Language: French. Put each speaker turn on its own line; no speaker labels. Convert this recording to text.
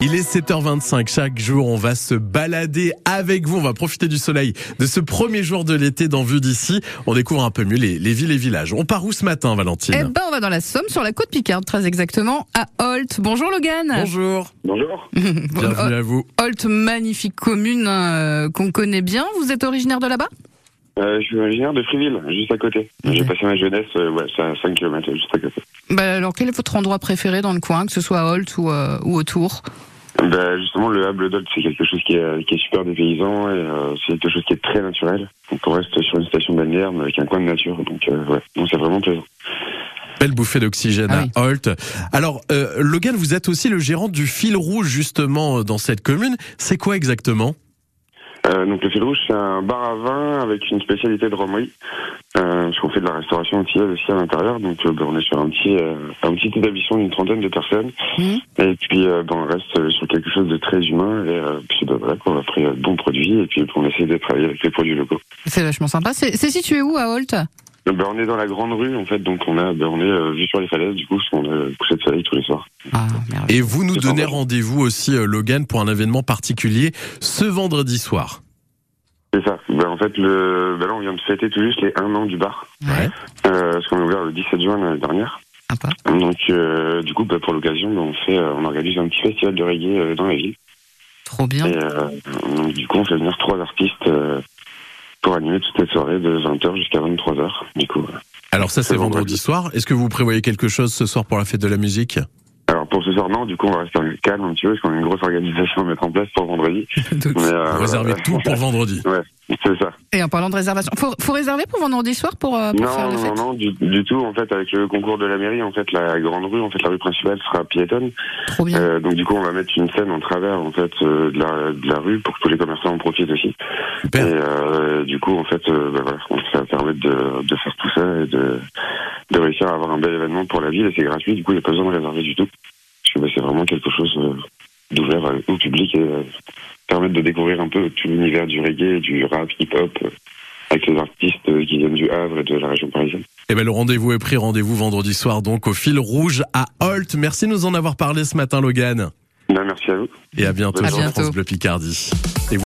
Il est 7h25 chaque jour, on va se balader avec vous, on va profiter du soleil de ce premier jour de l'été dans Vue d'ici. On découvre un peu mieux les, les villes et villages. On part où ce matin, Valentine
Eh ben, on va dans la Somme, sur la côte Picarde, très exactement, à Holt. Bonjour Logan.
Bonjour,
Bonjour.
Bon,
bienvenue à vous.
Holt, magnifique commune hein, euh, qu'on connaît bien. Vous êtes originaire de là-bas
Euh, je suis originaire de Friville, juste à côté. J'ai
Ouais.
passé ma jeunesse, euh, ouais, c'est à 5 km, juste à côté.
Bah, Alors, quel est votre endroit préféré dans le coin, que ce soit à Holt ou, euh, ou autour
Bah, justement, le Hable d'Olt, c'est quelque chose qui est, euh, qui est super dépaysant et euh, c'est quelque chose qui est très naturel. Donc, on reste sur une station balnéaire, mais avec un coin de nature. Donc, euh, ouais, donc c'est vraiment plaisant.
Belle bouffée d'oxygène
Ah oui.
à Holt. Alors, euh, Logan, vous êtes aussi le gérant du fil rouge justement euh, dans cette commune. C'est quoi exactement
Euh, donc, le Fil Rouge, c'est un bar à vin avec une spécialité de romerie. Euh, parce qu'on fait de la restauration aussi, aussi à l'intérieur. Donc, euh, bah, on est sur un petit, euh, un petit établissement d'une trentaine de personnes.
Mhm.
Et puis, euh, bah, on reste euh, sur quelque chose de très humain. Et euh, puis, bah, voilà, quoi, on a pris euh, de bons produits. Et puis, on essaie de travailler avec les produits locaux.
C'est vachement sympa. C'est c'est situé où à Holt
Euh, bah, on est dans la grande rue, en fait. Donc, on, a, bah, on est euh, vu sur les falaises, du coup, parce qu'on a le coucher de soleil tous les soirs.
Ah, merveilleux.
Et vous nous
C'est
donnez
vendredi.
rendez-vous aussi, euh, Logan, pour un événement particulier ce vendredi soir.
C'est ça. Bah, en fait, le, bah, là, on vient de fêter tout juste les un an du bar.
Ouais.
Euh, parce qu'on a ouvert le 17 juin l'année dernière.
Sympa.
Donc, euh, du coup, bah, pour l'occasion, bah, on fait, euh, on organise un petit festival de reggae euh, dans la ville.
Trop bien.
Et euh, donc, du coup, on fait venir trois artistes euh, pour animer toute cette soirée de 20h jusqu'à 23h. Du coup, voilà.
Alors ça c'est
C'est vendredi.
vendredi soir. Est-ce que vous prévoyez quelque chose ce soir pour la fête de la musique
alors pour ce soir, non, du coup, on va rester calme un petit peu parce qu'on a une grosse organisation à mettre en place pour vendredi. Mais, euh,
Réservez
voilà.
tout pour vendredi.
C'est ça.
Et en parlant de réservation, faut, faut réserver pour vendredi soir pour, euh, pour faire
Non,
la
non,
fête
non, du, du tout. En fait, avec le concours de la mairie, en fait, la grande rue, en fait, la rue principale sera piétonne.
Trop bien.
Euh, donc, du coup, on va mettre une scène en travers, en fait, euh, de, la, de la rue pour que tous les commerçants en profitent aussi. Et
Super.
euh, du coup, en fait, euh, bah voilà, donc ça va permettre de, de faire tout ça et de, de réussir à avoir un bel événement pour la ville. Et c'est gratuit, du coup, il n'y a pas besoin de réserver du tout. Parce que bah, c'est vraiment quelque chose euh, d'ouvert euh, au public et euh, permettre de découvrir un peu tout l'univers du reggae, du rap, hip-hop, euh, avec les artistes euh, qui viennent du Havre et de la région parisienne.
Eh ben, le rendez-vous est pris. Rendez-vous vendredi soir, donc, au fil rouge à Holt. Merci de nous en avoir parlé ce matin, Logan.
Ben, merci à vous.
Et à bientôt
À
sur
bientôt.
France Bleu Picardie. Et vous-